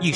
一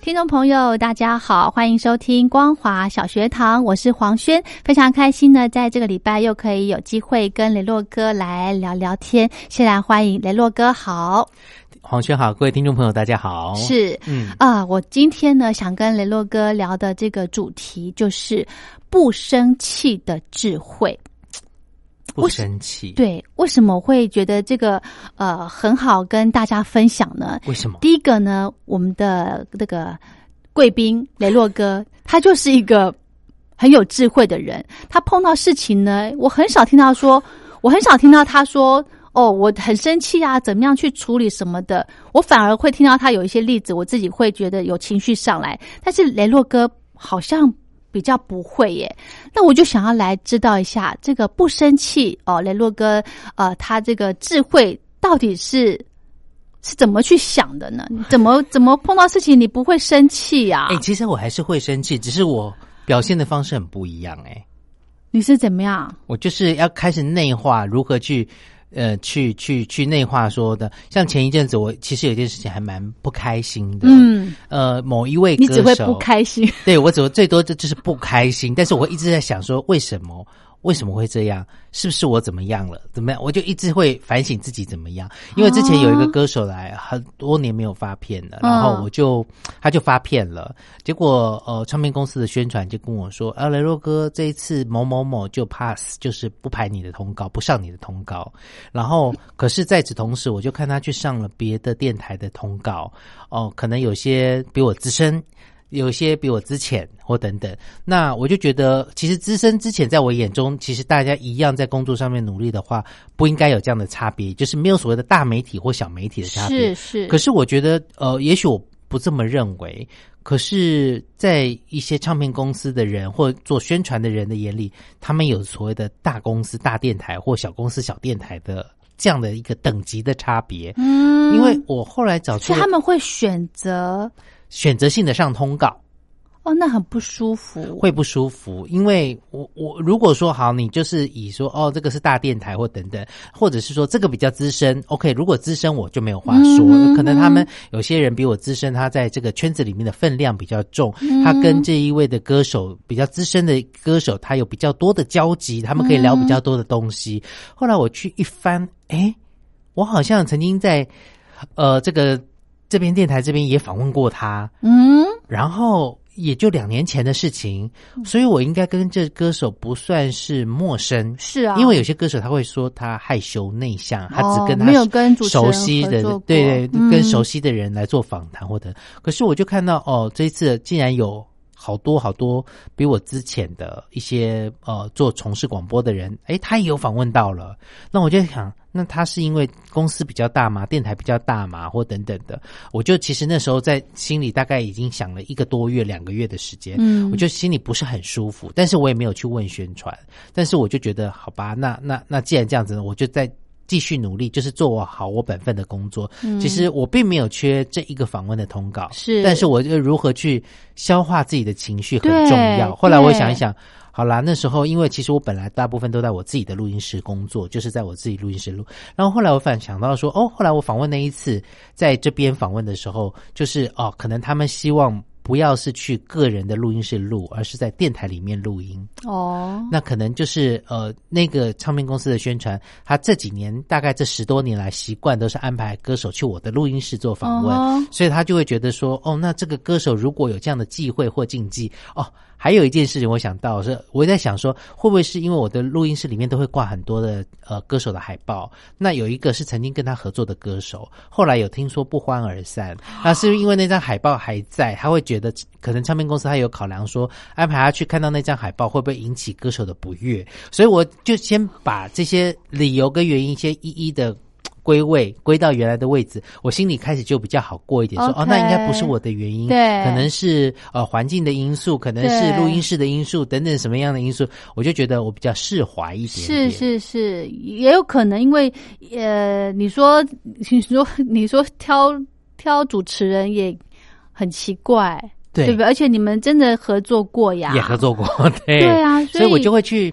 听众朋友，大家好，欢迎收听光华小学堂，我是黄轩，非常开心呢，在这个礼拜又可以有机会跟雷洛哥来聊聊天，先来欢迎雷洛哥，好，黄轩好，各位听众朋友，大家好。，是嗯，啊、我今天呢想跟雷洛哥聊的这个主题就是不生气的智慧。不生气。，对，为什么会觉得这个呃很好跟大家分享呢？为什么？第一个呢，我们的那个贵宾雷洛哥， 他就是一个很有智慧的人。他碰到事情呢，我很少听到说，我很少听到他说。哦，我很生气啊，怎么样去处理什么的？我反而会听到他有一些例子，我自己会觉得有情绪上来。但是雷洛哥好像比较不会耶。那我就想要来知道一下，这个不生气哦，雷洛哥，呃，他这个智慧到底是是怎么去想的 呢？你怎么怎么碰到事情你不会生气呀、哎、其实我还是会生气，只是我表现的方式很不一样、哎，你是怎么样？我就是要开始内化如何去，呃，去去去内化说的。像前一阵子，我其实有件事情还蛮不开心的。，嗯，呃，某一位歌你手，只会不开心。 对我只最多就就是不开心，但是我一直在想说为什么。为什么会这样？是不是我怎么样了？怎么样？我就一直会反省自己怎么样。因为之前有一个歌手来，很多年没有发片了，然后嗯我就他就发片了。结果呃，唱片公司的宣传就跟我说：“啊，雷洛哥，这一次某某某就 pass，就是不排你的通告，不上你的通告。”然后，可是在此同时，我就看他去上了别的电台的通告，哦、可能有些比我资深，有些比我之前或等等，那我就觉得，其实资深之前在我眼中，其实大家一样在工作上面努力的话，不应该有这样的差别，就是没有所谓的大媒体或小媒体的差是别。是，可是我觉得，呃，也许我不这么认为，可是，在一呃些唱片公司的人或做宣传的人的眼里，他们有所谓的大公司、大电台或小公司、小电台的这样的一个等级的差别。嗯，因为我后来找出所以了他们会选择选择性的上通告。哦，那很不舒服。会不舒服，因为我我如果说好，你就是以说哦，这个是大电台或等等，或者是说这个比较资深，OK，如果资深我就没有话说，嗯可能他们有些人比我资深，他在这个圈子里面的分量比较重，嗯他跟这一位的歌手比较资深的歌手，他有比较多的交嗯集，他们可以聊比较多的东西。后来我去一翻，诶，我好像曾经在呃这个这边电台这边也访问过他，嗯，然后也就两年前的事情，所以我应该跟这歌手不算是陌生。是啊，因为有些歌手他会说他害羞内向，他只跟他哦没有跟主持人熟悉的合作过对对，嗯跟熟悉的人来做访谈或者。可是我就看到哦，这一次竟然有好多好多比我之前的一些呃做从事广播的人，诶，他也有访问到了。那我就想，那他是因为公司比较大嘛，电台比较大嘛，或等等的。我就其实那时候在心里大概已经想了一个多月、两个月的时间，嗯我就心里不是很舒服，但是我也没有去问宣传，但是我就觉得好吧，那那那既然这样子呢，我就在继续努力，就是做好我本分的工作。其实我并没有缺这一个访问的通告，是但是我就如何去消化自己的情绪很对重要。后来对我想一想。好啦，那时候因为其实我本来大部分都在我自己的录音室工作，就是在我自己录音室录。然后后来我反想到说，哦，后来我访问那一次，在这边访问的时候，就是哦，可能他们希望不要是去个人的录音室录，而是在电台里面录音。哦，那可能就是呃，那个唱片公司的宣传，他这几年大概这十多年来习惯都是安排歌手去我的录音室做访问，哦所以他就会觉得说，哦，那这个歌手如果有这样的忌讳或禁忌，哦，还有一件事情我想到是，我在想说，会不会是因为我的录音室里面都会挂很多的呃歌手的海报，那有一个是曾经跟他合作的歌手，后来有听说不欢而散，那是不是因为那张海报还在，他会觉得可能唱片公司他有考量说，安排他去看到那张海报会不会引起歌手的不悦，所以我就先把这些理由跟原因先一一的。归位，归到原来的位置，我心里开始就比较好过一点。说哦，那应该不是 OK 我的原因，对可能是呃环境的因素，可能是对录音室的因素等等什么样的因素，我就觉得我比较释怀一点是点。是是，也有可能因为呃，你说 你说你说挑挑主持人也很奇怪，对，不对？而且你们真的合作过呀，也合作过， 对对啊所所以我就会去。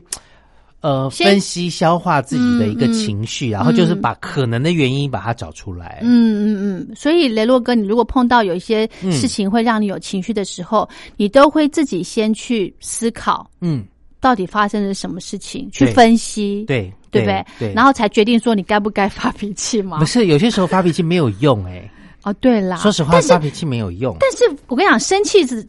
呃，先分析消化自己的一个嗯嗯情绪，然后就是把可能的原因把它找出来。嗯嗯嗯，所以雷洛哥，你如果碰到有一些事情会让你有情绪的时候，你都会自己先去思考嗯，到底发生了什么事情，去对分析，对对对不对？对，然后才决定说你该不该发脾气嘛不？是有些时候发脾气没有用哎，哦，对啦，说实话但是发脾气没有用。但是我跟你讲，生气是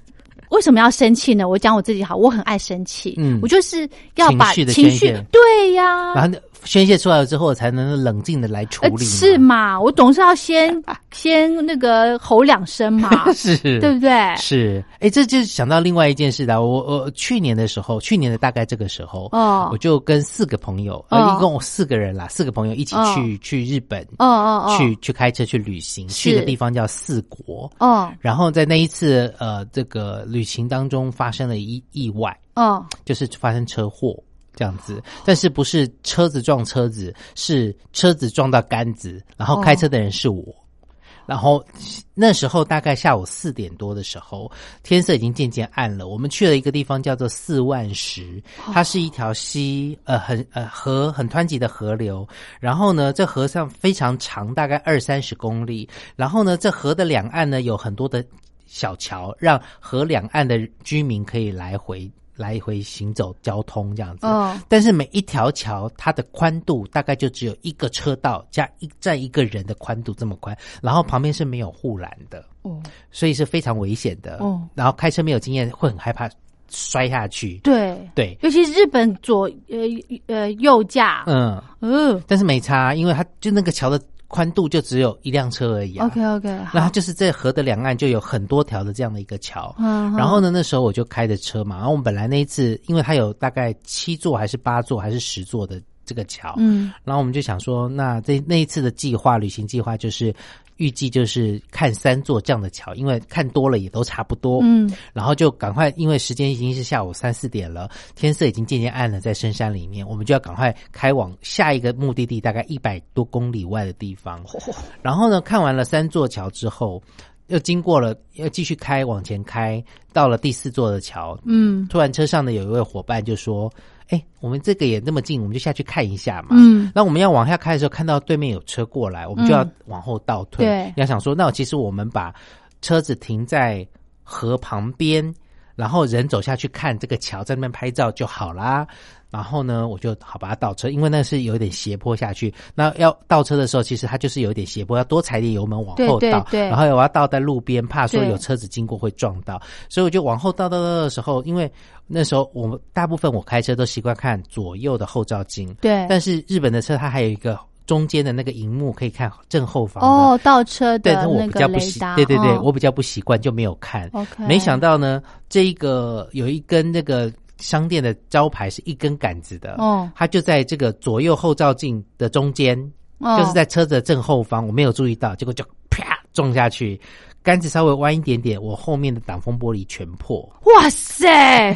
为什么要生气呢？我讲我自己好，我很爱生气，嗯我就是要把情绪的情宣绪泄，对呀、然后宣泄出来了之后，我才能冷静的来处呃理嘛。，是嘛？我总是要先先那个吼两声嘛 是，对不对？是，哎，这就想到另外一件事的。我我去年的时候，去年的大概这个时候，哦我就跟四个朋友，呃哦一共四个人啦，四个朋友一起哦去、去日本，哦哦哦，去去开车去旅行，去一个地方叫四国。哦然后在那一次呃这个旅行当中发生了一意外，哦就是发生车祸这样子，但是不是车子撞车子，是车子撞到杆子，然后开车的人是我。然后那时候大概下午四点多的时候，天色已经渐渐暗了。我们去了一个地方叫做四万石，哦它是一条溪，呃，很呃河很湍急的河流。然后呢，这河上非常长，大概二三十公里。然后呢，这河的两岸呢有很多的小桥，让河两岸的居民可以来回来回行走交通这样子。哦但是每一条桥它的宽度大概就只有一个车道加一站一个人的宽度这么宽，然后旁边是没有护栏的，哦，所以是非常危险的。哦然后开车没有经验会很害怕摔下去。对，对，尤其是日本左呃呃右驾，嗯，嗯但是没差，因为它就那个桥的宽度就只有一辆车而已啊。 ，OK OK，然后就是在河的两岸就有很多条的这样的一个桥，嗯，然后呢，那时候我就开着车嘛，然后我们本来那一次，因为它有大概七座还是八座还是十座的这个桥，嗯然后我们就想说，那这那一次的计划，旅行计划就是预计就是看三座这样的桥，因为看多了也都差不多，嗯然后就赶快，因为时间已经是下午三四点了，天色已经渐渐暗了，在深山里面，我们就要赶快开往下一个目的地，大概一百多公里外的地方。然后呢，看完了三座桥之后，又经过了，又继续开往前开，到了第四座的桥，嗯突然车上的有一位伙伴就说：“哎，我们这个也那么近，我们就下去看一下嘛。”嗯，那我们要往下开的时候，看到对面有车过来，我们就要嗯往后倒退。对要想说，那其实我们把车子停在河旁边，然后人走下去看这个桥，在那边拍照就好啦。然后呢，我就好把它倒车，因为那是有点斜坡下去。那要倒车的时候，其实它就是有点斜坡，要多踩点油门往后倒。对对对然后我要倒在路边，怕说对有车子经过会撞到，所以我就往后倒倒倒的时候，因为那时候我们大部分我开车都习惯看左右的后照镜，对，但是日本的车它还有一个中间的那个荧幕可以看正后方的。哦，倒车对，的但我那比个较不雷习，达，对对对，哦我比较不习惯，就没有看。 OK，没想到呢，这一个有一根那个商店的招牌是一根杆子的，哦它就在这个左右后照镜的中间，哦就是在车子的正后方，我没有注意到，结果就啪撞下去，杆子稍微弯一点点，我后面的挡风玻璃全破。 哇塞，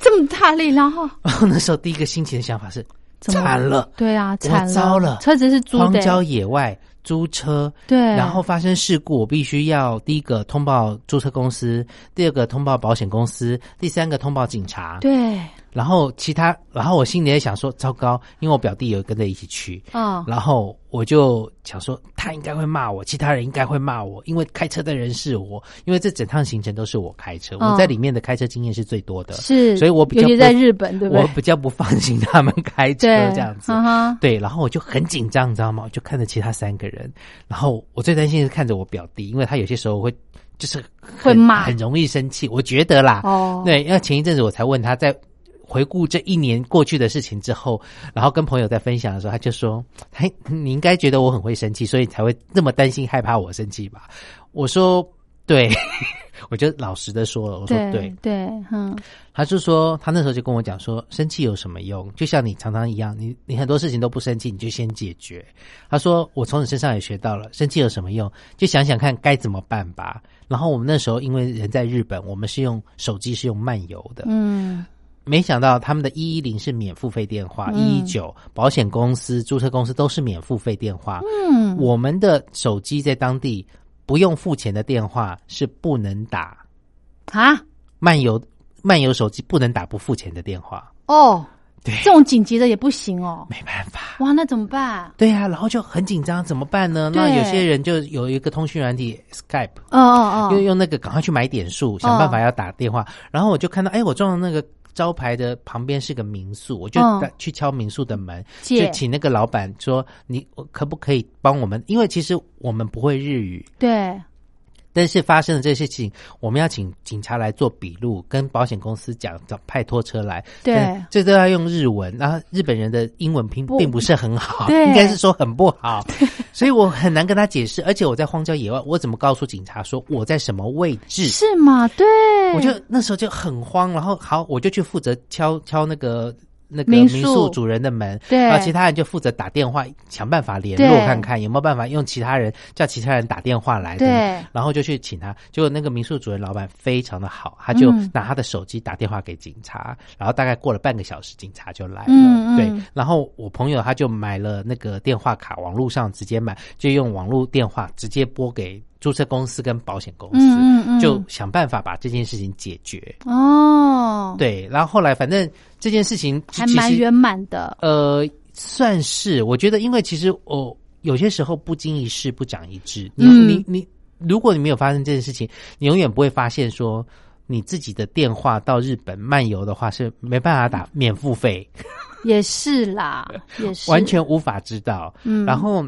这么大力，然后 然后那时候第一个心情的想法是：怎么惨了对啊，惨了，糟了车子是租荒的、郊野外租车，对，然后发生事故，我必须要第一个通报注册公司，第二个通报保险公司，第三个通报警察。对，然后其他，然后我心里也想说，糟糕，因为我表弟有跟着一起去，哦，然后我就想说，他应该会骂我，其他人应该会骂我，因为开车的人是我，因为这整趟行程都是我开车，嗯我在里面的开车经验是最多的，是，所以我比较尤其不在日本，对不我对？比较不放心他们开车对，这样子。嗯哼对，然后我就很紧张，你知道吗？我就看着其他三个人，然后我最担心是看着我表弟，因为他有些时候会就是会很骂很容易生气。我觉得啦，哦，对，因为前一阵子我才问他在回顾这一年过去的事情之后，然后跟朋友在分享的时候，他就说：“嘿，你应该觉得我很会生气，所以才会那么担心害怕我生气吧？”我说：“对。” 我就老实的说了，我说对对，对，嗯，他就说他那时候就跟我讲说，生气有什么用？就像你常常一样，你你很多事情都不生气，你就先解决。他说我从你身上也学到了，生气有什么用？就想想看该怎么办吧。然后我们那时候因为人在日本，我们是用手机是用漫游的，嗯，没想到他们的一一零是免付费电话，一一嗯九保险公司、注册公司都是免付费电话。嗯，我们的手机在当地不用付钱的电话是不能打啊，漫游漫游手机不能打不付钱的电话，哦，对这种紧急的也不行哦，没办法。哇，那怎么办？对呀、然后就很紧张，怎么办呢？那对有些人就有一个通讯软体 Skype，哦哦用哦，用那个赶快去买点数，想办法要打电话。然后我就看到，哎，我撞到那个招牌的旁边是个民宿，我就嗯打去敲民宿的门，借就请那个老板说，你我可不可以帮我们？因为其实我们不会日语。对，但是发生了这些事情，我们要请警察来做笔录，跟保险公司讲，找派拖车来。对但这都要用日文。然后日本人的英文拼不并不是很好，对应该是说很不好，所以我很难跟他解释。而且我在荒郊野外，我怎么告诉警察说我在什么位置？是吗？对，我就那时候就很慌，然后好，我就去负责敲敲那个那个民民宿宿主人的门，对然后其他人就负责打电话，想办法联络对看看有没有办法用其他人叫其他人打电话来，对等等然后就去请他，结果那个民宿主人老板非常的好，他就嗯拿他的手机打电话给警察，然后大概过了半个小时，警察就来了，嗯嗯对，然后我朋友他就买了那个电话卡，网络上直接买，就用网络电话直接拨给注册公司跟保险公司，嗯嗯嗯，就想办法把这件事情解决。哦，，对，然后后来反正这件事情还其蛮实圆满的，呃，算是我觉得，因为其实哦，有些时候不经一事不长一智。你、嗯你你，如果你没有发生这件事情，你永远不会发现说。你自己的电话到日本漫游的话是没办法打免付费，也是啦，也是完，全无法知道。嗯，然后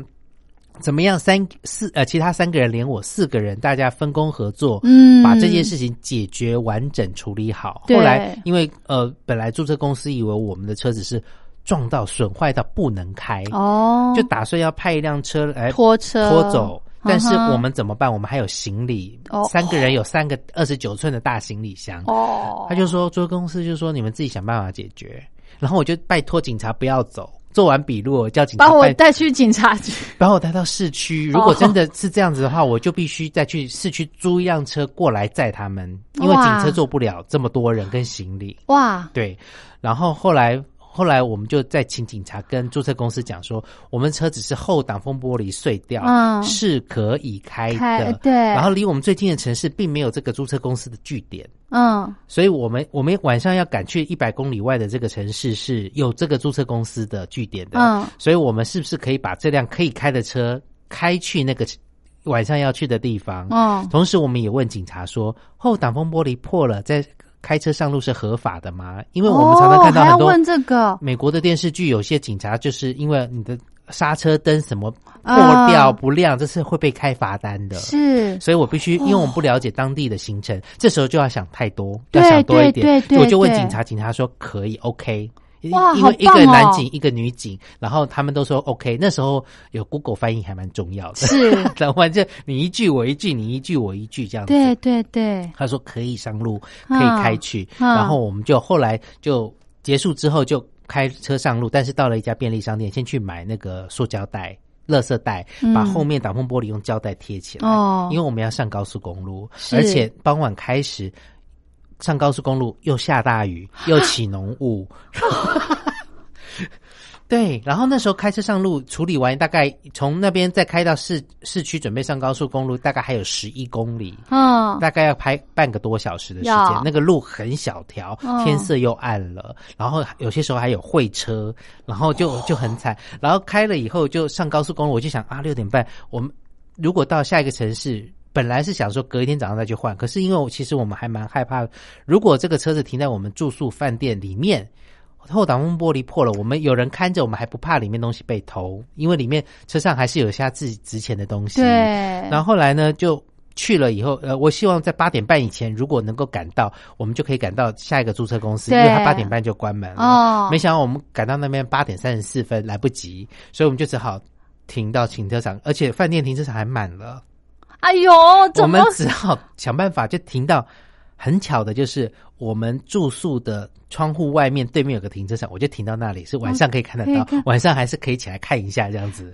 怎么样三四呃，其他三个人连我四个人，大家分工合作，嗯，把这件事情解决完整处理好。对后来因为呃，本来注册公司以为我们的车子是撞到损坏到不能开，哦，就打算要派一辆车来拖车拖走。但是嗯哼我们怎么办？我们还有行李，哦三个人有三个二十九寸的大行李箱。哦，他就说，做公司就说你们自己想办法解决。然后我就拜托警察不要走，做完笔录我叫警察把我拜带哦去警察 局，把我带到市区。如果真的是这样子的话，我就必须再去市区租一辆车过来载他们，因为警哇车坐不了这么多人跟行李。哇，对，然后后来。后来我们就再请警察跟注册公司讲说，我们车子是后挡风玻璃碎掉，嗯是可以开的。开对然后离我们最近的城市并没有这个注册公司的据点，嗯，所以我们我们晚上要赶去一百公里外的这个城市是有这个注册公司的据点的，嗯所以我们是不是可以把这辆可以开的车开去那个晚上要去的地方？哦，同时，我们也问警察说，后挡风玻璃破了，在开车上路是合法的吗？因为我们常常看到哦还要很多问这个美国的电视剧，有些警察就是因为你的刹车灯什么破啊掉不亮，这是会被开罚单的。是所以我必须，因为我们不了解当地的行程，这时候就要想太多，对要想多一点。对对对所以我就问对警察，警察说可以，OK。因哇因为一好棒个哦男警，一个女警，然后他们都说 OK。那时候有 Google 翻译还蛮重要的， 是，然后就你一句我一句，你一句我一句这样子。对对对，他说可以上路，可嗯以开去，嗯然后我们就后来就结束之后就开车上路，但是到了一家便利商店，先去买那个塑胶袋。垃圾袋嗯把后面挡风玻璃用胶带贴起来，哦因为我们要上高速公路，是而且傍晚开始 上高速公路又下大雨，又起浓雾，对，然后那时候开车上路，处理完大概从那边再开到市市区，准备上高速公路，大概还有十一公里， 嗯，大概要拍半个多小时的时间要。那个路很小条嗯，天色又暗了，然后有些时候还有会车，然后就哦就很惨。然后开了以后就上高速公路，我就想啊，六点半我们如果到下一个城市。本来是想说隔一天早上再去换，可是因为我其实我们还蛮害怕，如果这个车子停在我们住宿饭店里面，后挡风玻璃破了，我们有人看着，我们还不怕里面东西被偷，因为里面车上还是有一些自己值钱的东西。对，然后后来呢，就去了以后，呃，我希望在八点半以前，如果能够赶到，我们就可以赶到下一个注册公司，因对为他八点半就关门了。哦没想到我们赶到那边八点三十四分来不及，所以我们就只好停到停车场，而且饭店停车场还满了，哎呦，我怎么们只好想办法就停到。很巧的就是，我们住宿的窗户外面对面有个停车场，我就停到那里，是晚上可以看得可以到，看晚上还是可以起来看一下这样子。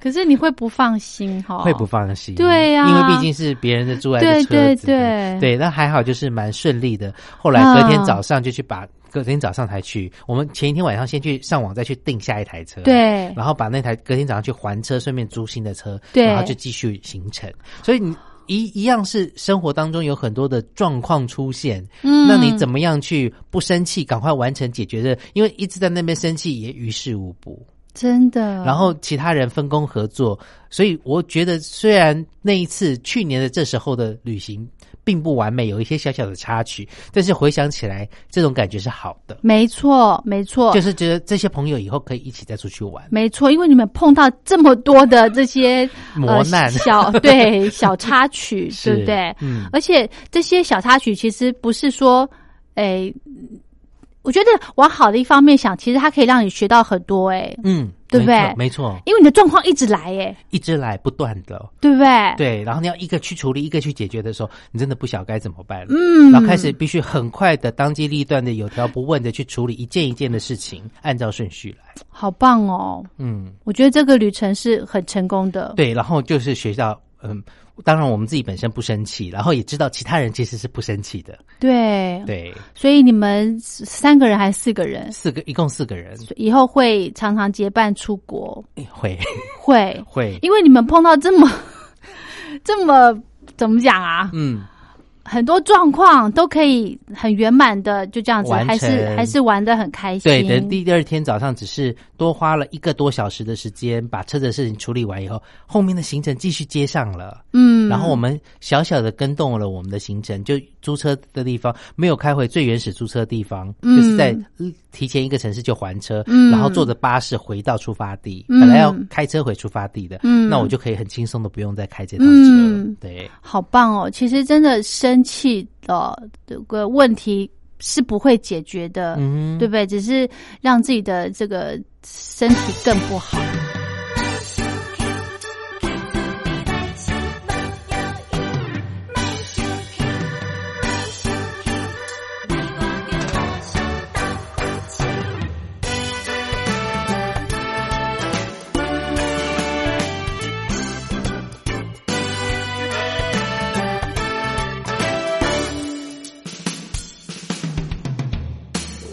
可是你会不放心哈、会不放心，哦对呀因为毕竟是别人的住在的车子，对对对对那还好，就是蛮顺利的。后来隔天早上就去把，隔天早上才去，我们前一天晚上先去上网再去订下一台车，，对，然后把那台隔天早上去还车，顺便租新的车，对然后就继续行程。所以你一一样是生活当中有很多的状况出现，嗯那你怎么样去不生气，赶快完成解决的？因为一直在那边生气也于事无补。真的？然后其他人分工合作，所以我觉得虽然那一次去年的这时候的旅行并不完美，有一些小小的插曲，但是回想起来，这种感觉是好的，没错，没错，就是觉得这些朋友以后可以一起再出去玩。没错，因为你们碰到这么多的这些 磨难呃、小对小插 曲，对不对？呃嗯，而且这些小插曲其实不是说，诶、我觉得往好的一方面想，其实它可以让你学到很多、诶，嗯，对不对没错，没错因为你的状况一直来、诶，一直来不断的，对不对？对，然后你要一个去处理，一个去解决的时候，你真的不晓得该怎么办了。嗯然后开始必须很快的当机立断的有条不紊的去处理一件一件的事情，按照顺序来。好棒哦！嗯。我觉得这个旅程是很成功的。对，然后就是学校，嗯，当然我们自己本身不生气，然后也知道其他人其实是不生气的。对，对，所以你们三个人还是四个人，四个一共四个人以后会常常结伴出国，会 会，会，因为你们碰到这么 这么怎么讲啊，嗯，很多状况都可以很圆满的就这样子，完成还是还是玩的很开心。对的。第二天早上只是多花了一个多小时的时间，把车子的事情处理完以后，后面的行程继续接上了。嗯，然后我们小小的跟动了我们的行程，就租车的地方没有开回最原始租车的地方，嗯就是在呃提前一个城市就还车，嗯然后坐着巴士回到出发地。嗯本来要开车回出发地的，嗯那我就可以很轻松的不用再开这趟车。嗯对，好棒哦！其实真的生气的这个问题是不会解决的，嗯对不对？只是让自己的这个身体更不好。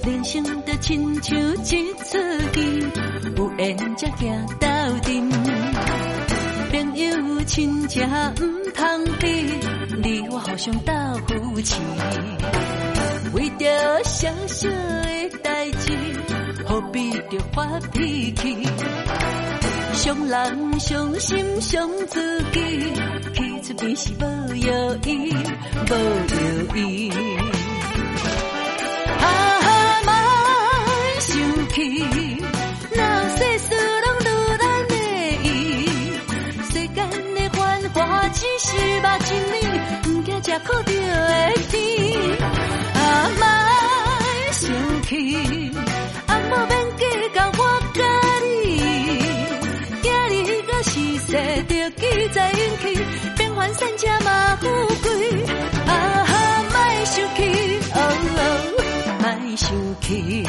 人生就亲像一出戏，有缘才行斗阵。朋友亲情毋通比，你我互相斗扶持。为着小小的代志，何必着发脾气？伤人、伤心、伤自己，去出边是无药医，无药医。啊，莫生气，若世事拢如咱的意，世间的繁华只是目一面，毋惊吃苦着会甜。啊，莫生气，啊，无免计较我甲你，今日个是世着记在引起，变幻善车嘛富贵。啊哈，莫生气，哦哦。莫生气。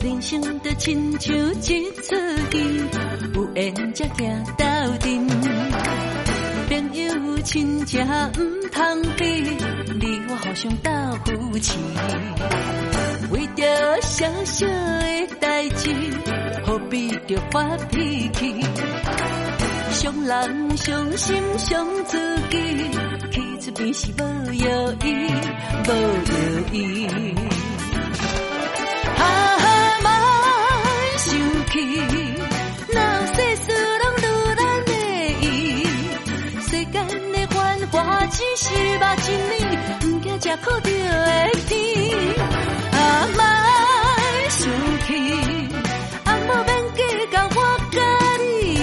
人生就亲像一出戏，有缘才行斗阵。朋友亲情毋通避，你我互相斗扶持。为着小小的代志，何必着发脾气？伤人、伤心、伤自己，去出边是无药医，无药医。啊，莫生气，若世事拢如咱的意，世间的繁华只是目一年，毋惊吃苦着会甜。啊，莫生气，阿母免计较我甲你，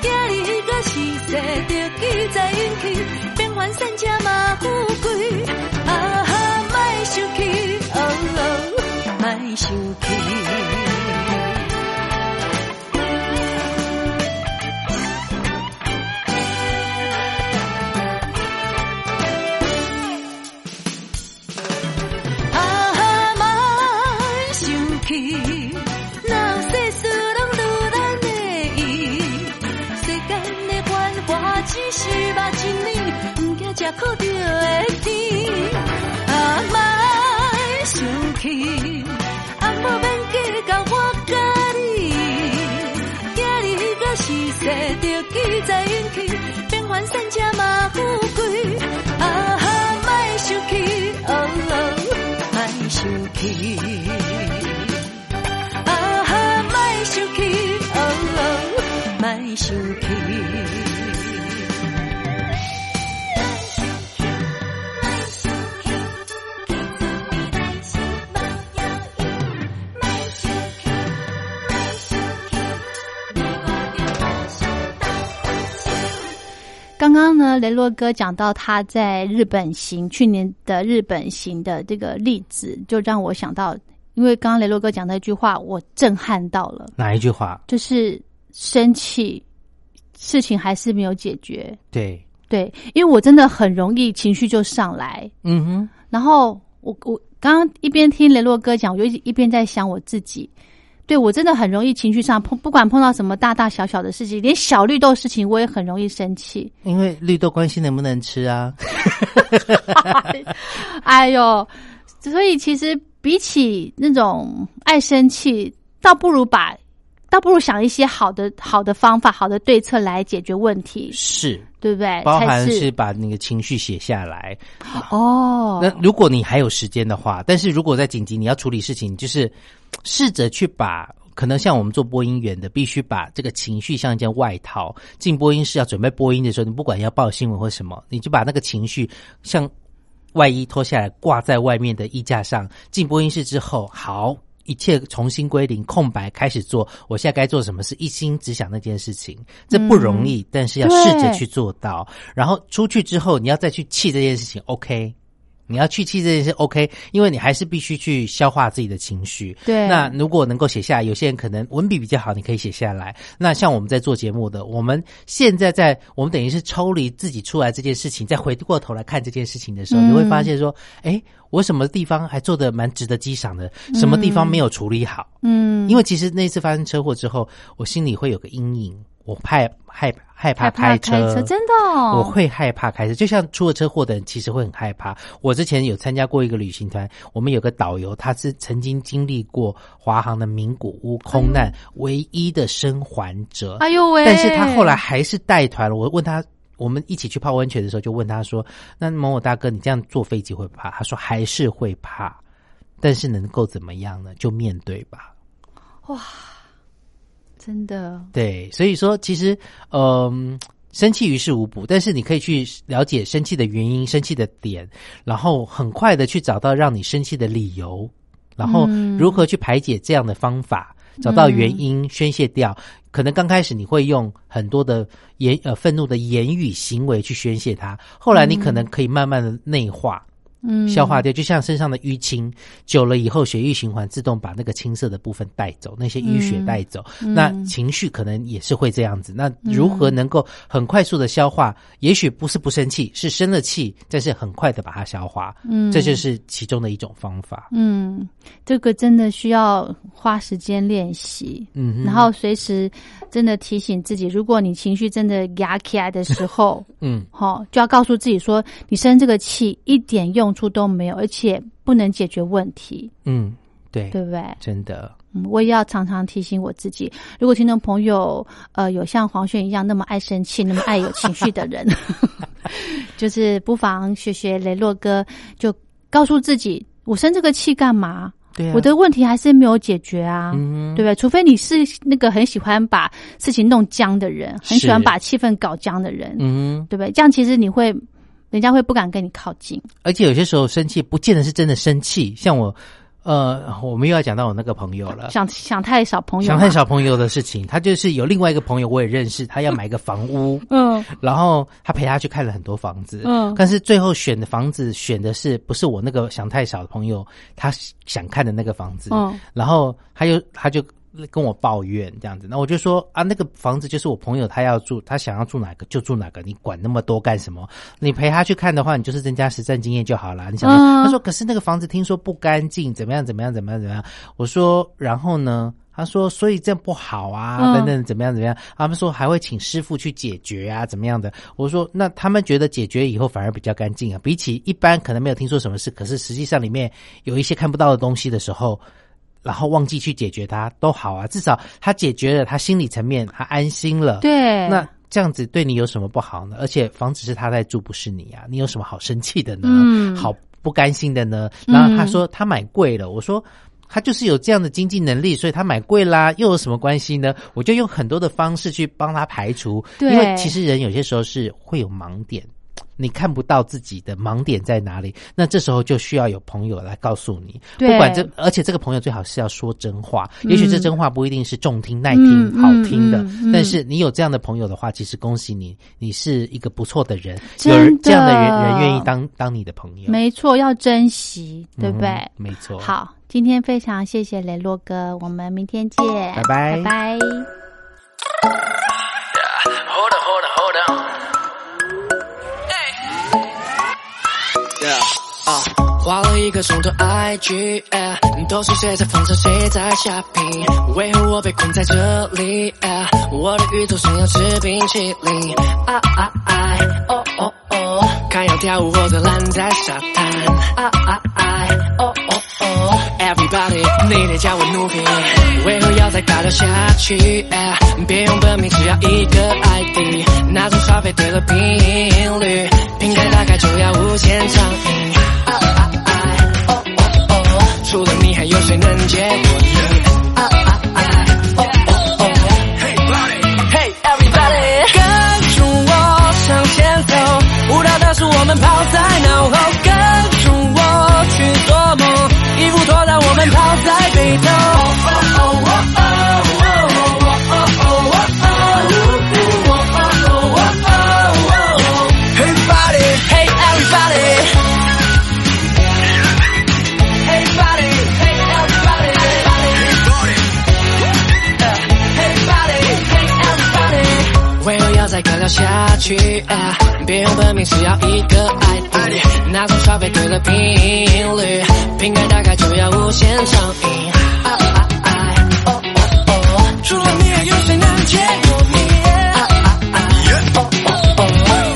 今日个是世着记在运气，变烦散车嘛富贵。啊，莫生气，哦哦。莫生气。啊哈，莫生气，若世事拢如咱的意，世间的繁华只是目一年，毋惊吃苦着会甜。啊，莫生气，啊无免计较我甲你，今日个是世着记在运气，变烦散车嘛富贵。啊哈，莫生气，哦哦，莫生气。啊哈，莫生气，哦哦，莫生气。刚刚呢，雷洛哥讲到他在日本行去年的日本行的这个例子，就让我想到，因为刚刚雷洛哥讲那句话，我震撼到了，哪一句话？就是生气，事情还是没有解决，对，对，因为我真的很容易情绪就上来，嗯哼，然后我我刚刚一边听雷洛哥讲，我就一一边在想我自己。对我真的很容易情绪上碰，不管碰到什么大大小小的事情，连小绿豆事情我也很容易生气。因为绿豆关心能不能吃啊？ 哎呦，所以其实比起那种爱生气，倒不如把，倒不如想一些好的好的方法、好的对策来解决问题，是，对不对？包才含是是把那个情绪写下来。哦那，如果你还有时间的话，但是如果在紧急你要处理事情，就是试着去把。可能像我们做播音员的，必须把这个情绪像一件外套，进播音室要准备播音的时候，你不管要报新闻或什么，你就把那个情绪像外衣脱下来挂在外面的衣架上。进播音室之后，好，一切重新归零，空白开始做。我现在该做什么事？一心只想那件事情，这不容易，但是要试着对去做到。然后出去之后，你要再去气这件事情，OK。你要去气这件事，OK，因为你还是必须去消化自己的情绪。对那如果能够写下来，有些人可能文笔比较好，你可以写下来。那像我们在做节目的，我们现在在我们等于是抽离自己出来这件事情，再回过头来看这件事情的时候，嗯你会发现说，哎，我什么地方还做的蛮值得激赏的，什么地方没有处理好？嗯，因为其实那次发生车祸之后，我心里会有个阴影，我害害害怕害怕开车真的哦我会害怕开车，就像出了车祸的人其实会很害怕。我之前有参加过一个旅行团，我们有个导游，他是曾经经历过华航的名古屋空难唯一的生还者，嗯哎呦喂！但是他后来还是带团了。我问他。我们一起去泡温泉的时候，就问他说：“那某某大哥，你这样坐飞机会怕？”他说：“还是会怕，但是能够怎么样呢？就面对吧。”真的对，所以说其实，嗯、生气于事无补，但是你可以去了解生气的原因、生气的点，然后很快的去找到让你生气的理由，然后如何去排解这样的方法，找到原因，宣泄掉。可能刚开始你会用很多的言呃愤怒的言语行为去宣泄它，后来你可能可以慢慢的内化。嗯消化掉，就像身上的淤青，久了以后血液循环自动把那个青色的部分带走，那些淤血带走，嗯那情绪可能也是会这样子。那如何能够很快速的消化？也许不是不生气，是生了气，但是很快的把它消化。嗯这就是其中的一种方法。嗯，这个真的需要花时间练习。嗯哼，然后随时真的提醒自己，如果你情绪真的压起来的时候，嗯哦，就要告诉自己说，你生这个气一点用处都没有，而且不能解决问题，嗯，对，对不对？真的，嗯，我也要常常提醒我自己，如果听众朋友呃有像黄轩一样那么爱生气、那么爱有情绪的 人， 就是不妨学学雷洛哥，就告诉自己，我生这个气干嘛？对啊，我的问题还是没有解决啊。嗯对不对？除非你是那个很喜欢把事情弄僵的人，很喜欢是把气氛搞僵的人，嗯哼，对不对？这样其实你会，人家会不敢跟你靠近。而且有些时候生气不见得是真的生气，像我，呃，我们又要讲到我那个朋友了。想想太少朋友，啊啊想看，小朋友的事情，他就是有另外一个朋友，我也认识，他要买一个房屋，嗯然后他陪他去看了很多房子，嗯但是最后选的房子选的是不是我那个想太少的朋友他想看的那个房子，嗯然后他又他就跟我抱怨这样子，那我就说啊，那个房子就是我朋友他要住，他想要住哪个就住哪个，你管那么多干什么？你陪他去看的话，你就是增加实战经验就好啦。你想看，嗯他说可是那个房子听说不干净，怎么样怎么样怎么样怎么样？我说然后呢？他说：“所以这样不好啊，嗯等等，怎么样怎么样？”他们说还会请师傅去解决啊，怎么样的？我说：“那他们觉得解决以后反而比较干净啊，比起一般可能没有听说什么事，可是实际上里面有一些看不到的东西的时候，然后忘记去解决它都好啊，至少他解决了，他心理层面他安心了。，对，那这样子对你有什么不好呢？而且房子是他在住，不是你啊，你有什么好生气的呢？嗯好不甘心的呢？然后他嗯说他买贵了，我说。他就是有这样的经济能力，所以他买贵啦，又有什么关系呢？我就用很多的方式去帮他排除，对因为其实人有些时候是会有盲点，你看不到自己的盲点在哪里，那这时候就需要有朋友来告诉你，不对管这，而且这个朋友最好是要说真话，嗯也许这真话不一定是中听、耐听、嗯好听的，嗯嗯但是你有这样的朋友的话，其实恭喜你，你是一个不错的人，真有的人这样的人人愿意当当你的朋友，没错，要珍惜，对不对？嗯没错，，好，今天非常谢谢雷洛哥，我们明天见，拜拜拜拜。 Hold on, hold on, hold on. Yeah, 啊，花了一个钟头 IG，哎都是谁在放着谁在 shopping？为何我被困在这里？哎我的宇宙想要吃冰淇淋，啊啊啊！哦哦哦，看要跳舞或者烂在沙滩，啊啊啊！哦哦哦，Everybody，你得叫我奴婢，为何要再搞得下去？哎别用本名，只要一个 ID，那种刷飞碟的频率，平台大概就要无限上瘾。啊啊啊！哦哦哦，除了你还有谁能解我呢？Hey everybody，跟着我向前走，舞蹈的是我们抛在脑后，跟着我去做梦，衣服脱让我们抛在背后。Hey buddy，Hey everybody，Hey buddy，Hey everybody。为何要再尬聊下去？啊，别用本名，只要一个 ID，那种消费对的频率，瓶盖大概就要无限上瘾。啊啊啊！哦哦哦，除了你还有谁能解我你？啊啊啊！哦哦哦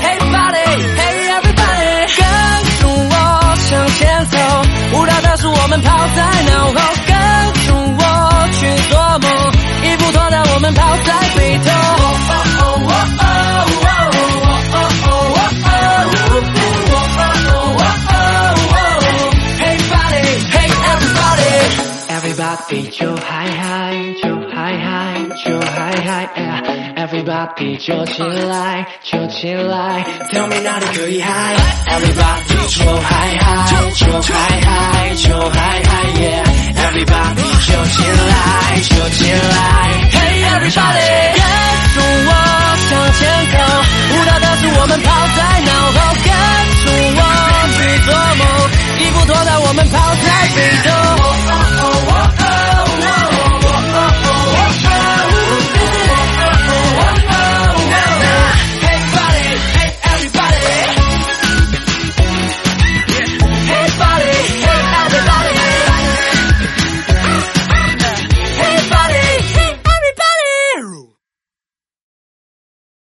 ，Hey buddy，Hey everybody，跟着我向前走，舞蹈的是我们抛在脑后，跟着我去做梦，衣服脱掉我们抛在背头。Hey buddy，Hey everybody。Everybody 就嗨嗨，就嗨嗨，就嗨嗨哎！Everybody 就起来，就起来，Tell me 哪里可以嗨？Everybody 就嗨嗨，就嗨嗨，就嗨嗨耶！Everybody 就起来，就起来，Hey everybody！跟着我向前走，舞蹈的是我们抛在脑后，跟着我去做梦。奔跑在北斗。